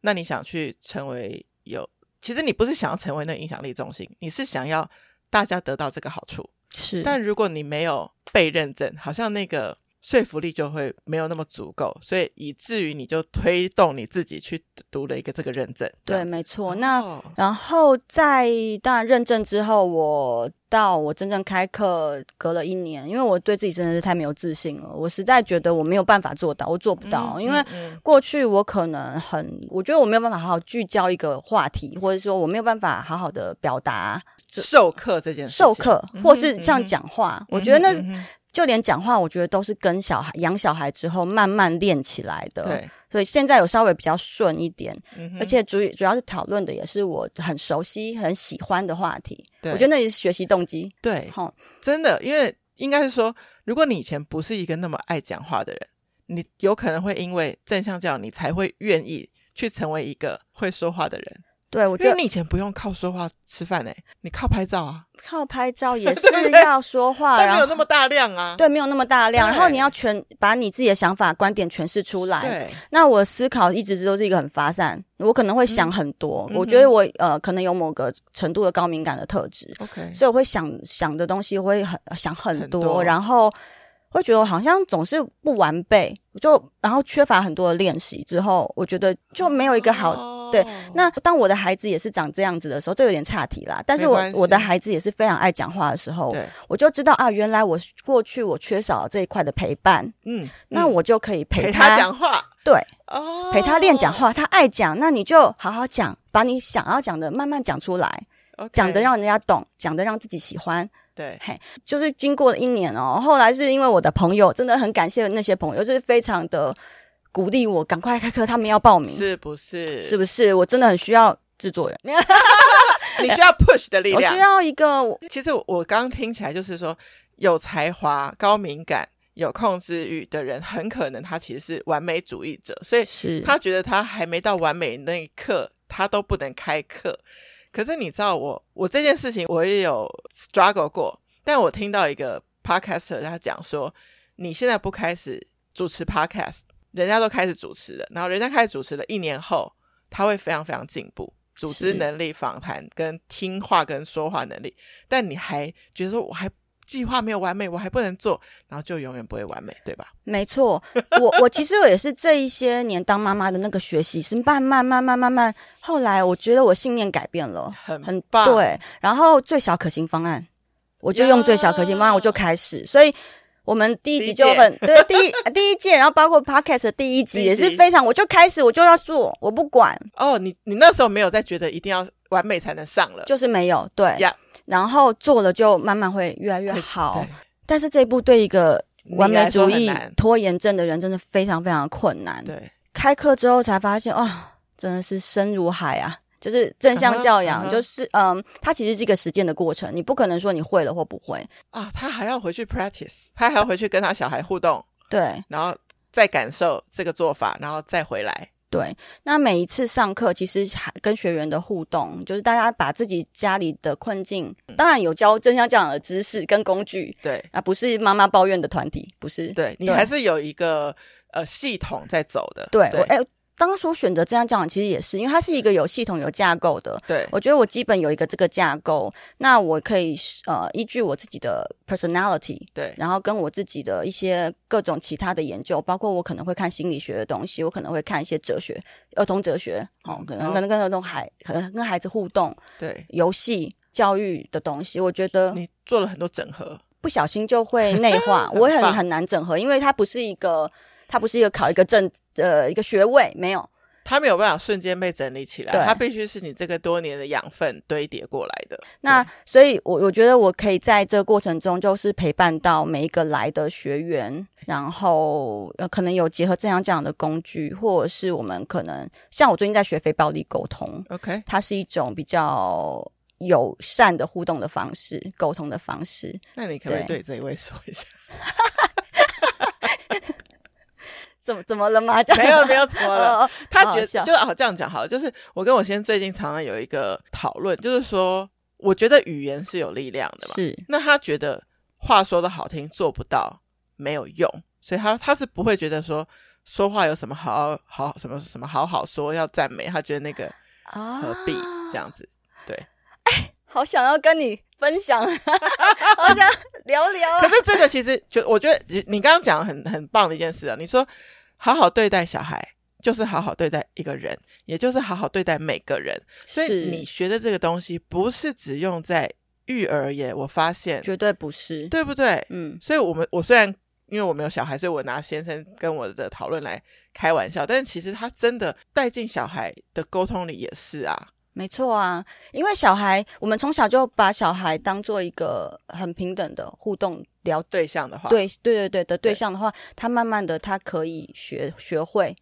那你想去成为有，其实你不是想要成为那个影响力中心，你是想要大家得到这个好处。
是。
但如果你没有被认证，好像那个说服力就会没有那么足够，所以以至于你就推动你自己去读了一个这个认证。这
对，
样子
没错。那
哦
然后在当然认证之后，我到我真正开课隔了一年，因为我对自己真的是太没有自信了，我实在觉得我没有办法做到，我做不到，
嗯
因为
嗯嗯
过去我可能很，我觉得我没有办法好好聚焦一个话题，或者说我没有办法好好的表达
授课这件事情，
授课，
嗯哼
或是像
嗯哼
讲话，我觉得那
嗯哼嗯哼
就连讲话，我觉得都是跟小孩养小孩之后慢慢练起来的。，
对，
所以现在有稍微比较顺一点。
嗯哼
而且主主要是讨论的也是我很熟悉、很喜欢的话题。
对
我觉得那也是学习动机。
对，
好，
真的，因为应该是说，如果你以前不是一个那么爱讲话的人，你有可能会因为正向教养，你才会愿意去成为一个会说话的人。
对我
我
觉得
你以前不用靠说话吃饭诶、你靠拍照啊，
靠拍照 也是要说话，
但
然
没有
后
那么大量啊。
对没有那么大量，
对
然后你要全把你自己的想法、观点诠释出来。
对
那我思考一直都是一个很发散，我可能会想很多。
嗯
我觉得我呃可能有某个程度的高敏感的特质，
，OK，
所以我会想想的东西我会很想很
很
多，
多
然后会觉得我好像总是不完备，就然后缺乏很多的练习之后，我觉得就没有一个好。
哦
对那当我的孩子也是长这样子的时候，这有点岔题啦。但是
没
我
关系
我的孩子也是非常爱讲话的时候，
对，
我就知道啊，原来我过去我缺少了这一块的陪伴，
嗯，
那
嗯
我就可以
陪
陪
他讲话
对，
哦，
陪他练讲话，他爱讲，那你就好好讲，把你想要讲的慢慢讲出来，
OK，
讲的让人家懂，讲的让自己喜欢，
对
就是经过了一年哦，后来是因为我的朋友，真的很感谢那些朋友，就是非常的鼓励我赶快开课，他们要报名，
是不是？
是不是？我真的很需要制作人，
你需要 push 的力
我
量
需。要一个我
其实我我刚听起来就是说，有才华、高敏感、有控制欲的人，很可能他其实是完美主义者，所以
是
他觉得他还没到完美那一刻，他都不能开课。可是你知道我，我这件事情我也有 struggle 过，但我听到一个 podcaster 他讲说，你现在不开始主持 podcast，人家都开始主持了，然后人家开始主持了一年后，他会非常非常进步，组织
是
能力、访谈跟听话跟说话能力，但你还觉得说我还计划没有完美，我还不能做，然后就永远不会完美，对吧？
没错，我我其实我也是这一些年当妈妈的那个学习是慢慢慢慢慢慢，后来我觉得我信念改变了，
很
很
棒，
对，然后最小可行方案，我就用最小可行
呀
方案，我就开始，所以。我们第一
第一
集就
届
很对第一第一届，然后包括 podcast 的第一
第
集
一
也是
集
非常，我就开始我就要做，我不管，
哦，你你那时候没有再觉得一定要完美才能上了，
就是没有对。
呀
然后做了就慢慢会越来越
对
好
对。
但是这一步对一个完美主
你
义
来说很难
拖延症的人真的非常非常困难。
对，
开课之后才发现，哦，真的是深如海啊！就是正向教
嗯
养
哼
就是嗯，它其实是一个实践的过程，你不可能说你会了或不会。
啊，他还要回去 practice，他还要回去跟他小孩互动，
对
然后再感受这个做法，然后再回来。
对，那每一次上课其实还跟学员的互动，就是大家把自己家里的困境，当然有教正向教养的知识跟工具
对
啊，不是妈妈抱怨的团体，不是。
对，你
对
还是有一个呃系统在走的。
对，我
对
哎、当初选择正向教养其实也是，因为它是一个有系统、有架构的，
对
我觉得我基本有一个这个架构，那我可以呃依据我自己的 personality，
对
然后跟我自己的一些各种其他的研究，包括我可能会看心理学的东西，我可能会看一些哲学、儿童哲学，哦
嗯，
可
然
能
后
可能跟儿童孩，可能跟孩子互动、
对，
游戏、教育的东西，我觉得
你做了很多整合。
不小心就会内 化，我也很
棒
很难整合，因为它不是一个，它不是一个考一个证呃一个学位，没有。
他没有办法瞬间被整理起来，
对
他必须是你这个多年的养分堆叠过来的。
那所以我，我觉得我可以在这个过程中，就是陪伴到每一个来的学员，然后呃，可能有结合正向教养的工具，或者是我们可能像我最近在学非暴力沟通，
OK，
它是一种比较友善的互动的方式，沟通的方式。
那你可不可以
对
对这一位说 一下？
怎么怎么了吗？这样
没有没有怎么了
哦
他
好
觉得
笑
就好这样讲好了，就是我跟我先生最近常常有一个讨论，就是说，我觉得语言是有力量的嘛。
是
那他觉得话说的好听做不到没有用，所以他他是不会觉得说说话有什么好好什么什么好好说要赞美，他觉得那个
啊
何必、这样子？
好想要跟你分享， 好想聊聊啊
可。是这个其实就我觉得你你刚刚讲得很很棒的一件事啊，你说好好对待小孩。就是好好对待一个人，也就是好好对待每个人。所以
是
你学的这个东西不是只用在育儿耶，我发现，
绝对不是，
对不对？
嗯，
所以我们我虽然因为我没有小孩，所以我拿先生跟我的讨论来开玩笑，但是其实他真的带进小孩的沟通里也是啊，
没错啊，因为小孩，我们从小就把小孩当做一个很平等的互动聊。
对象的话，
对对对对的
对
对象的话，他慢慢的他可以学学会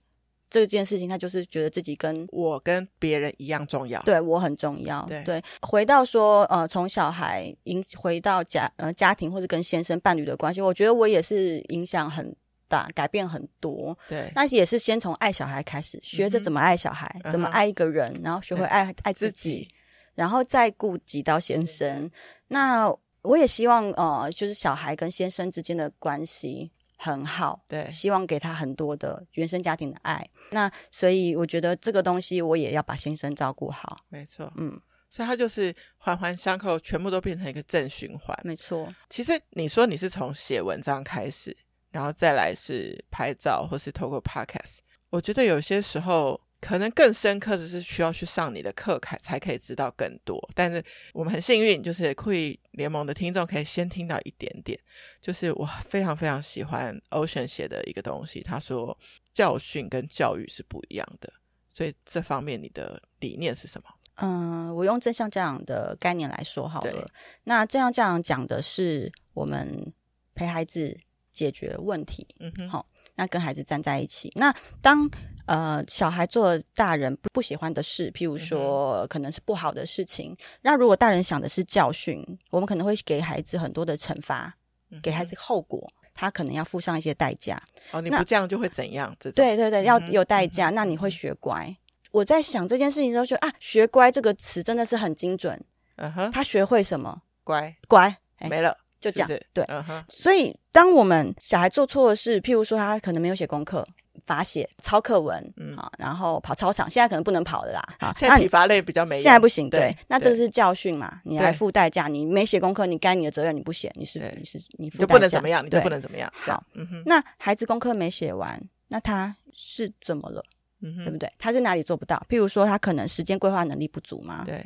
这件事情，他就是觉得自己跟
我跟别人一样重要。
对我很重要。
对
回到说呃，从小孩影回到家呃家庭或者跟先生伴侣的关系，我觉得我也是影响很大，改变很多。
对
那也是先从爱小孩开始，学着
嗯哼
怎么爱小孩，
嗯哼
怎么爱一个人，然后学会爱爱
自
自
己
己，然后再顾及到先生。那我也希望呃，就是小孩跟先生之间的关系很好，
对
希望给他很多的原生家庭的爱。那所以我觉得这个东西我也要把先生照顾好。
没错，
嗯，
所以他就是环环相扣，全部都变成一个正循环。
没错，
其实你说你是从写文章开始，然后再来是拍照，或是透过 podcast。我觉得有些时候可能更深刻的是需要去上你的课才才可以知道更多。但是我们很幸运，就是酷艺联盟的听众可以先听到一点点。就是我非常非常喜欢 Ocean 写的一个东西，他说教训跟教育是不一样的。所以这方面你的理念是什么？
嗯，我用正向教养的概念来说好
对
了。那正向教养讲的是我们陪孩子解决问题，
嗯哼，
好那跟孩子站在一起。那当呃小孩做了大人不不喜欢的事，譬
嗯
如说、可能是不好的事情，那如果大人想的是教训，我们可能会给孩子很多的惩罚，
嗯哼
给孩子后果，他可能要付上一些代价。
哦，你
那
不这样就会怎样？这种
对对对，要
嗯哼
有代价，那你会学乖。我在想这件事情的时候就，啊，学乖这个词真的是很精准。
嗯哼，
他学会什么？
乖，
乖，哎
没了，
就这样。
是不是
对，
嗯哼，
所以，当我们小孩做错的事，譬如说他可能没有写功课、罚写、抄课文，
嗯
啊，然后跑操场，现在可能不能跑了啦。啊，
现在体罚类比较没
现
用，
在不行，
对
对，那
对
这个是教训嘛？你来
对
付代价，你没写功课，你该你的责任你不写，你是
对
你是你
你
负
就
代价
不能怎么样，你就
对
不能怎么样，这样，嗯哼，
那孩子功课没写完，那他是怎么了？
嗯
对不
哼，
对？他是哪里做不到？譬如说，他可能时间规划能力不足嘛，
对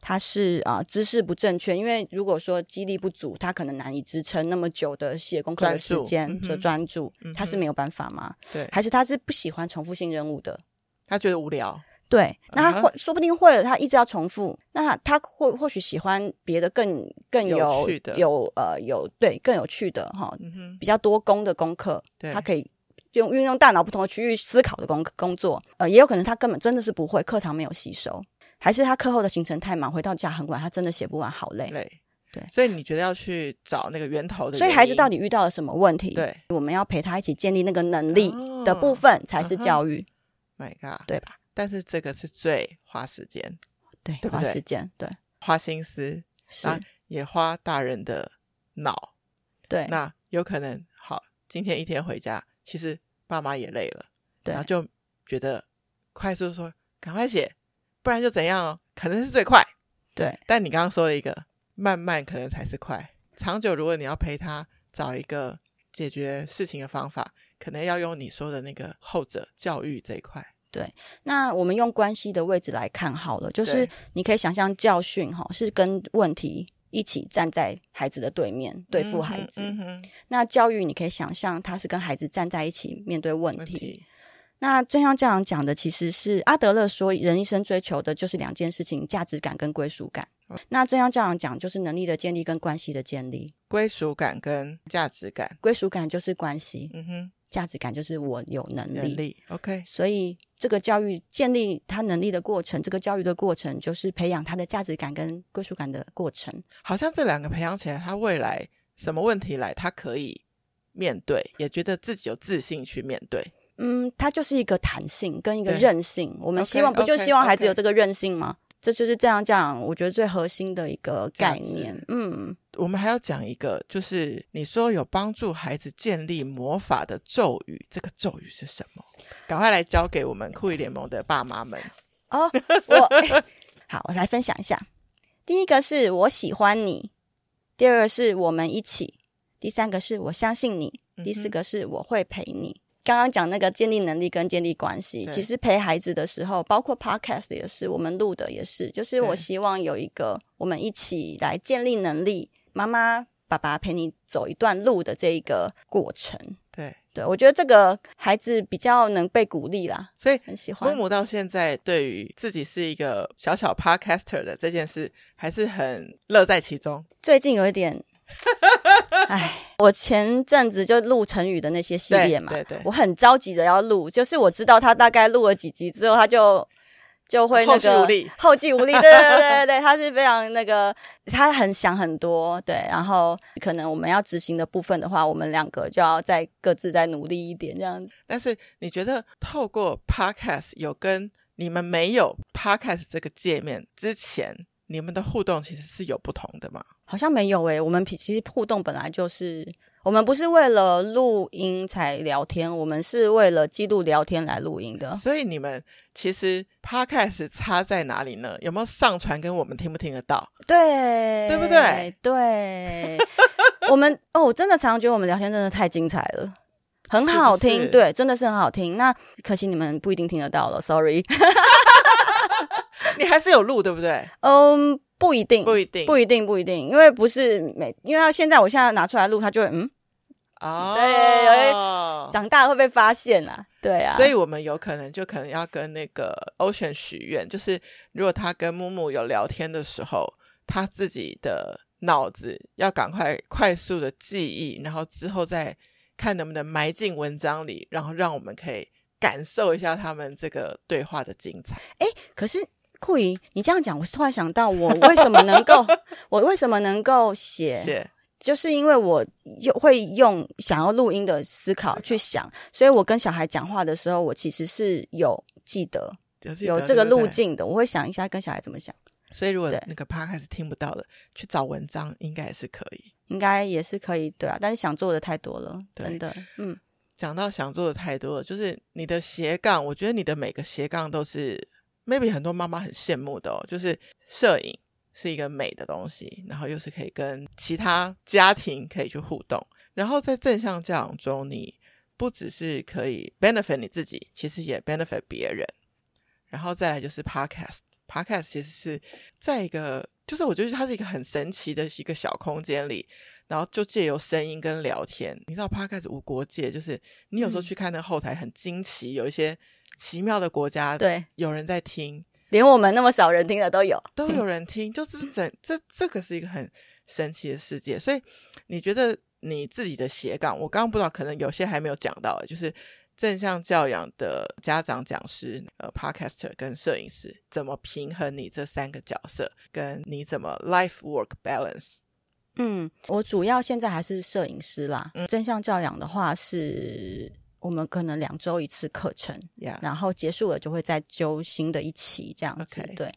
他是啊、姿势不正确，因为如果说肌力不足，他可能难以支撑那么久的写功课的时
专
间
注嗯
和
哼
专注
嗯哼，
他是没有办法吗？
对，
还是他是不喜欢重复性任务的？
他觉得无聊，
对，那他
嗯哼
会、说不定会了，他一直要重复，那他或或许喜欢别的更更有
有趣的
有呃有对更有趣的哈，
嗯哼，
比较多功的功课，
对
他可以用运用大脑不同的区域思考的工工作，呃，也有可能他根本真的是不会，课堂没有吸收，还是他课后的行程太忙，回到家很晚，他真的写不完，好累。
累，
对
所以你觉得要去找那个源头的原因，
所以孩子到
底
底遇到了什么问题？，
对
我们要陪他一起建立那个能力
哦
的部分，才是
嗯哼
教育，
，My God，
对吧？
但是这个是最花时间、
对，
对不
花
对
时间，对，
花心思，
是，
那也花大人的脑。
对，
那有可能，好，今天一天回家，其实爸妈也累了，
对
然后就觉得快速说赶快写，不然就怎样哦，可能是最快。
对，
但你刚刚说了一个慢慢，可能才是快。长久，如果你要陪他找一个解决事情的方法，可能要用你说的那个后者教育这一块。
那我们用关系的位置来看好了，就是
对
你可以想象教训哈是跟问题一起站在孩子的对面对付孩子，
嗯哼嗯哼
那教育你可以想象他是跟孩子站在一起面对问题。
问题
那正像这样讲的，其实是阿德勒说，人一生追求的就是两件事情：价值感跟归属感。
嗯
那正像这样讲，就是能力的建立跟关系的建立。
归属感跟价值感。
归属感就是关系，
嗯哼，
价值感就是我有能力。
能力。OK，
所以这个教育建立他能力的过程，这个教育的过程就是培养他的价值感跟归属感的过程。
好像这两个培养起来，他未来什么问题来，他可以面对，也觉得自己有自信去面对。
嗯，它就是一个弹性跟一个
对
韧性。我们
OK，
希望不就
OK，
希望孩子
OK
有这个韧性吗？这就是这样讲，我觉得最核心的一个概
价值
念。嗯，
我们还要讲一个，就是你说有帮助孩子建立魔法的咒语，这个咒语是什么？赶快来教给我们酷艺联盟的爸妈们。
哦，我、 好，我来分享一下。第一个是我喜欢你，第二个是我们一起，第三个是我相信你，
嗯
第四个是我会陪你。刚刚讲那个建立能力跟建立关系，
对
其实陪孩子的时候，包括 podcast 也是，我们录的也是，就是我
对
希望有一个我们一起来建立能力，妈妈、爸爸陪你走一段路的这一个过程。
对，
对我觉得这个孩子比较能被鼓励啦，
所以
很喜欢
木。木到现在对于自己是一个小小 podcaster 的这件事，还是很乐在其中。
最近有 一点，哎，我前阵子就录成语的那些系列
对
嘛，
对对
我，很着急的要录，就是我知道他大概录了几集之后，他就就会那个
后继无力
后继无力，对对对对对，他是非常那个，他很想很多，对，然后可能我们要执行的部分的话，我们两个就要再各自再努力一点，这样子。
但是你觉得透过 podcast 有跟你们没有 podcast 这个界面之前，你们的互动其实是有不同的吗？
好像没有诶、我们平其实互动本来就是，我们不是为了录音才聊天，我们是为了记录聊天来录音的。
所以你们其实 podcast 差在哪里呢？有没有上传跟我们听不听得 到？
对，
对不对？
对，我们哦，我真的常常觉得我们聊天真的太精彩了。很好听，
是不是
对，真的是很好听。那可惜你们不一定听得到了，sorry。
你还是有录对不对？
嗯，不一定，
不一定，
不一定，不一定，因为不是每，因为他现在我现在拿出来录，他就会嗯，
哦，
对有长大会被发现啊，对啊，
所以我们有可能就可能要跟那个 Ocean 许愿，就是如果他跟木木有聊天的时候，他自己的脑子要赶快快速的记忆，然后之后再看能不能埋进文章里，然后让我们可以感受一下他们这个对话的精彩。
可是酷姨，你这样讲，我突然想到，我为什么能 够，我为什么能够写，
谢
就是因为我又会用想要录音的思
啊
考去想，所以我跟小孩讲话的时候，我其实是有记得
有记得
有这
对
个
不对
路径的，我会想一下跟小孩怎么想，
所以如果
对
那个 podcast 听不到的，去找文章应该也是可以。
应该也是可以对啊，但是想做的太多了，
对
真的，嗯，
讲到想做的太多了，就是你的斜杠，我觉得你的每个斜杠都是 maybe 很多妈妈很羡慕的哦，就是摄影是一个美的东西，然后又是可以跟其他家庭可以去互动，然后在正向教养中，你不只是可以 benefit 你自己，其实也 benefit 别人，然后再来就是 podcast， podcast 其实是在一个，就是我觉得它是一个很神奇的一个小空间里，然后就借由声音跟聊天，你知道 podcast 无国界，就是你有时候去看那个后台很惊奇，有一些奇妙的国家，
对，
有人在听，
连我们那么少人听的都有。
都有人听，就是整这这个是一个很神奇的世界。所以你觉得你自己的斜杠，我刚刚不知道，可能有些还没有讲到，欸就是正向教养的家长、讲师、呃，podcaster 跟摄影师怎么平衡你这三个角色，跟你怎么 life work balance。
嗯，我主要现在还是摄影师啦。
嗯
真相教养的话是。我们可能两周一次课程，
Yeah，
然后结束了就会再揪新的一期这样子。
OK
对，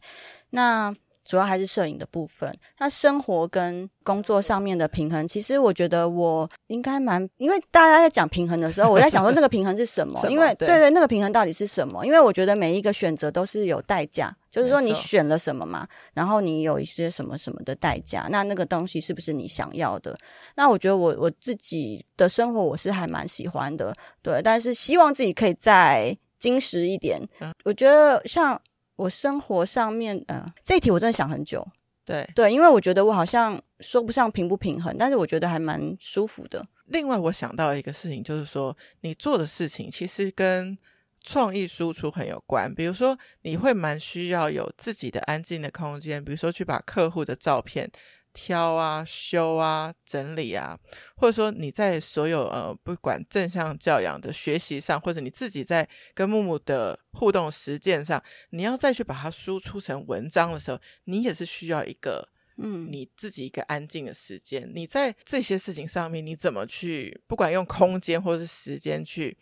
那主要还是摄影的部分。那生活跟工作上面的平衡，其实我觉得我应该蛮，因为大家在讲平衡的时候，我在想说那个平衡是什么？
什么
因为
对
对，那个平衡到底是什么？因为我觉得每一个选择都是有代价，就是说
没
你
错
选了什么嘛，然后你有一些什么什么的代价，那那个东西是不是你想要的？那我觉得我我自己的生活我是还蛮喜欢的，对，但是希望自己可以再精实一点。
嗯
我觉得像我生活上面，呃，这一题我真的想很久，
对，
对，因为我觉得我好像说不上平不平衡，但是我觉得还蛮舒服的。
另外我想到一个事情，就是说你做的事情其实跟创意输出很有关。比如说，你会蛮需要有自己的安静的空间，比如说去把客户的照片挑啊、修啊、整理啊，或者说你在所有呃不管正向教养的学习上，或者你自己在跟木木的互动实践上，你要再去把它输出成文章的时候，你也是需要一个
嗯，
你自己一个安静的时间，你在这些事情上面，你怎么去，不管用空间或是时间去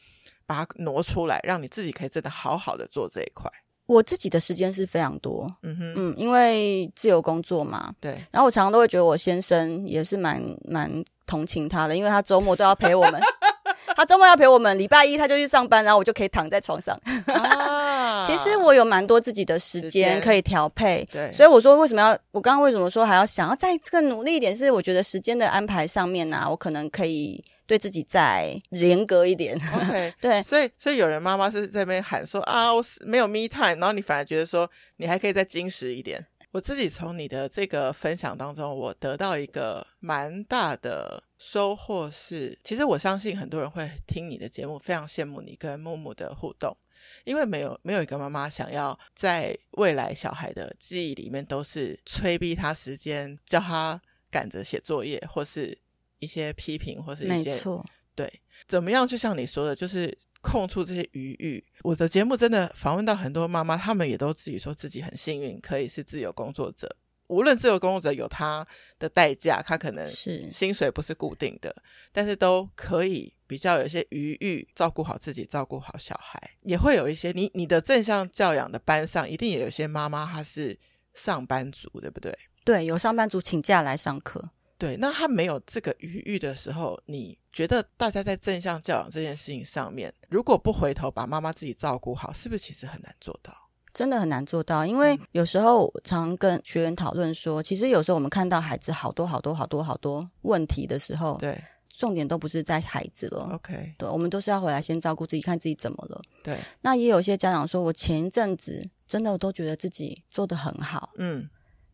把它挪出来，让你自己可以真的好好的做这一块。
我自己的时间是非常多，
嗯哼，
嗯，因为自由工作嘛，
对，
然后我常常都会觉得我先生也是蛮蛮同情他的，因为他周末都要陪我们，他周末要陪我们，礼拜一他就去上班，然后我就可以躺在床上。
啊，
其实我有蛮多自己的时
时
间
间
可以调配。
对，
所
以
以我说，为什么要我刚刚为什么说还要想要在这个努力一点？是我觉得时间的安排上面呢、我可能可以对自己再严格一 点。
OK，
对
所以所以有人妈妈是在那边喊说啊，我是没有 me time，然后你反而觉得说你还可以再矜持一点。我自己从你的这个分享当中，我得到一个蛮大的收获是，其实我相信很多人会听你的节目，非常羡慕你跟木木的互动，因为没有没有一个妈妈想要在未来小孩的记忆里面都是催逼他时间，叫他赶着写作业，或是一些批评，或是一
没
些
错，
对，怎么样？就像你说的，就是空出这些余裕。我的节目真的访问到很多妈妈，她们也都自己说自己很幸运，可以是自由工作者。无论自由工作者有他的代价，他可能
是
薪水不是固定的，但是都可以比较有一些余裕，照顾好自己，照顾好小孩，也会有一些你你的正向教养的班上，一定也有一些妈妈她是上班族，对不对？
对，有上班族请假来上课。
对，那他没有这个余裕的时候，你觉得大家在正向教养这件事情上面，如果不回头把妈妈自己照顾好，是不是其实很难做到？
真的很难做到，因
嗯
为有时候我常跟学员讨论说，其实有时候我们看到孩子好多好多好多好多问题的时候，
对哦
重点都不是在孩子了，
，OK，
对，我们都是要回来先照顾自己，看自己怎么了。
对，
那也有一些家长说，我前一阵子真的我都觉得自己做得很好，
嗯，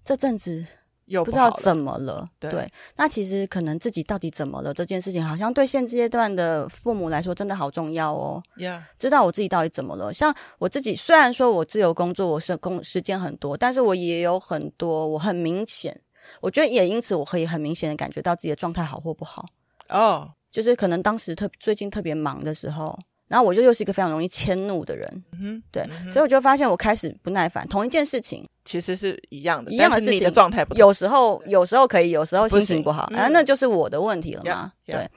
这阵子
又
不知道
好了
怎么了。
对
那其实可能自己到底怎么了这件事情，好像对现阶段的父母来说真的好重要哦。
呀
知道我自己到底怎么了。像我自己，虽然说我自由工作，我是工时间很多，但是我也有很多，我很明显，我觉得也因此我可以很明显的感觉到自己的状态好或不好。
哦，
就是可能当时特最近特别忙的时候，然后我就又是一个非常容易迁怒的人，
嗯哼，
对，
嗯哼
所以我就发现我开始不耐烦。同一件事情，
其实是一样的，
一样的
但是
事
你的
情
状态不同
有时候有时候可以，有时候心情
不行
不好，
嗯
然后那就是我的问题了嘛
呀。
对
呀，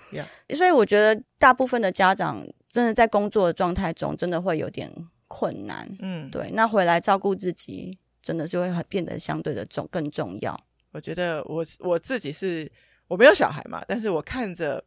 呀，
所以我觉得大部分的家长真的在工作的状态中，真的会有点困难。
嗯，
对，那回来照顾自己，真的是会很变得相对的重更重要。
我觉得我我自己是我没有小孩嘛，但是我看着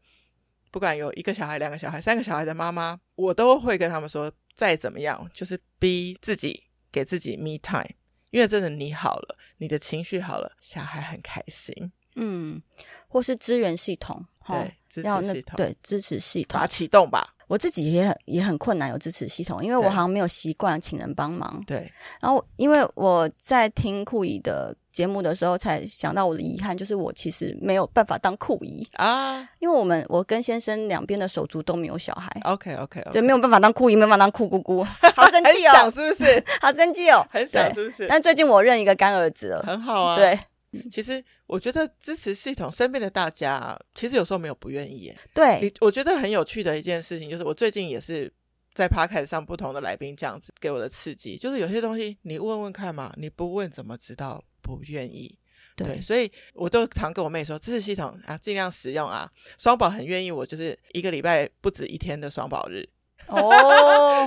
不管有一个小孩、两个小孩、三个小孩的妈妈，我都会跟他们说，再怎么样，就是逼自己给自己 me time，因为真的你好了，你的情绪好了，小孩很开心，
嗯，或是支援系统，齁
对，支
要
持
那
系统，，
对支持系
把
统
它。启动吧。
我自己也很也很困难有支持系统，因为我
对
好像没有习惯请人帮忙。
对，
然后因为我在听酷姨的节目的时候，才想到我的遗憾，就是我其实没有办法当酷姨，
啊
因为我们我跟先生两边的手足都没有小孩。
，OK OK
所以
OK，
没有办法当酷姨，没有办法当酷姑姑， 好生
很
气
想
哦，
是不是？
好生气哦，
很
对
想是不是？
但最近我认一个干儿子了，
很好啊。，
对
其实我觉得支持系统身边的大家啊，其实有时候没有不愿意耶。
对
你我觉得很有趣的一件事情，就是我最近也是在 p o d 上不同的来宾这样子给我的刺激，就是有些东西你问问看嘛，你不问怎么知道不愿意？对，
对
所以我都常跟我妹说，支持系统啊，尽量使用啊。双宝很愿意我，就是一个礼拜不止一天的双宝日。
哦，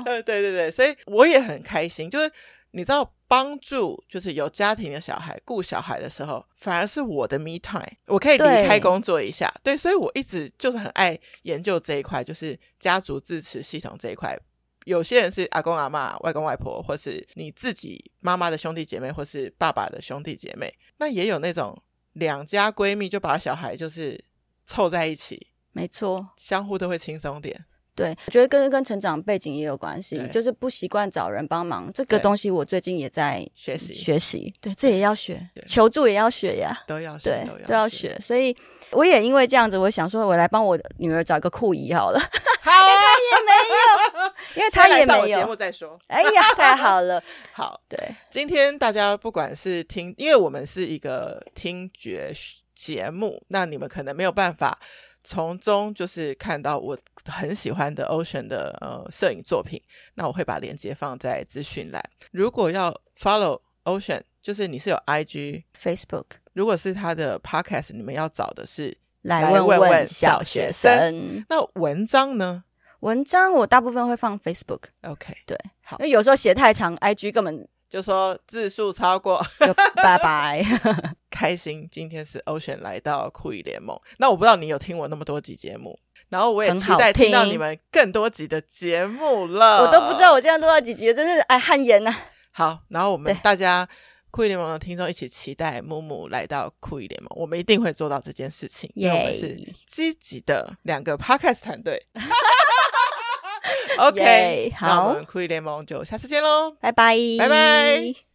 呃，对对对，所以我也很开心，就是你知道。帮助就是有家庭的小孩顾小孩的时候，反而是我的 me time，我可以离
对
开工作一下。对，所以我一直就是很爱研究这一块，就是家族支持系统这一块。有些人是阿公阿嬷、外公外婆，或是你自己妈妈的兄弟姐妹，或是爸爸的兄弟姐妹。那也有那种两家闺蜜就把小孩就是凑在一起，
没错，
相互都会轻松点。
对，我觉得跟跟成长背景也有关系
对，
就是不习惯找人帮忙这个
对
东西，我最近也在
学习
学习，对，这也要学
对，
求助也要学呀。
都要学
对，，
都
都要
学。
学， 所以我也因为这样子，我想说，我来帮我女儿找一个酷姨好了，
好啊，
因为
他
她
来
也
上我
没
节目
有。
再说。
哎呀，太好了，
好，
对
今天大家不管是听，因为我们是一个听觉节目，那你们可能没有办法从中就是看到我很喜欢的 Ocean 的呃摄影作品，那我会把链接放在资讯栏。如果要 follow Ocean，就是你是有 IG，
，Facebook
如果是他的 podcast，你们要找的是
来
来
问
问问
问
小
小
学
学
生
生
那文章呢
文章，我大部分会放 Facebook，
？OK，
对，
好
因为有时候写太长，IG 根本
就说字数超过。
就拜拜。
开心，今天是 Ocean 来到酷艺联盟。那我不知道你有听我那么多集节目，然后我也
很
期
好
待听到
听
你们更多集的节目了。
我都不
呃
知道我这样多到几集了，真是哎汗颜呐、
好，然后我们
对
大家酷艺联盟的听众一起期待木木来到酷艺联盟，我们一定会做到这件事情，因为我们
耶
是积极的两个 Podcast 团 队。OK，
耶
那我
好
们酷艺联盟就下次见喽。
拜拜，
拜拜。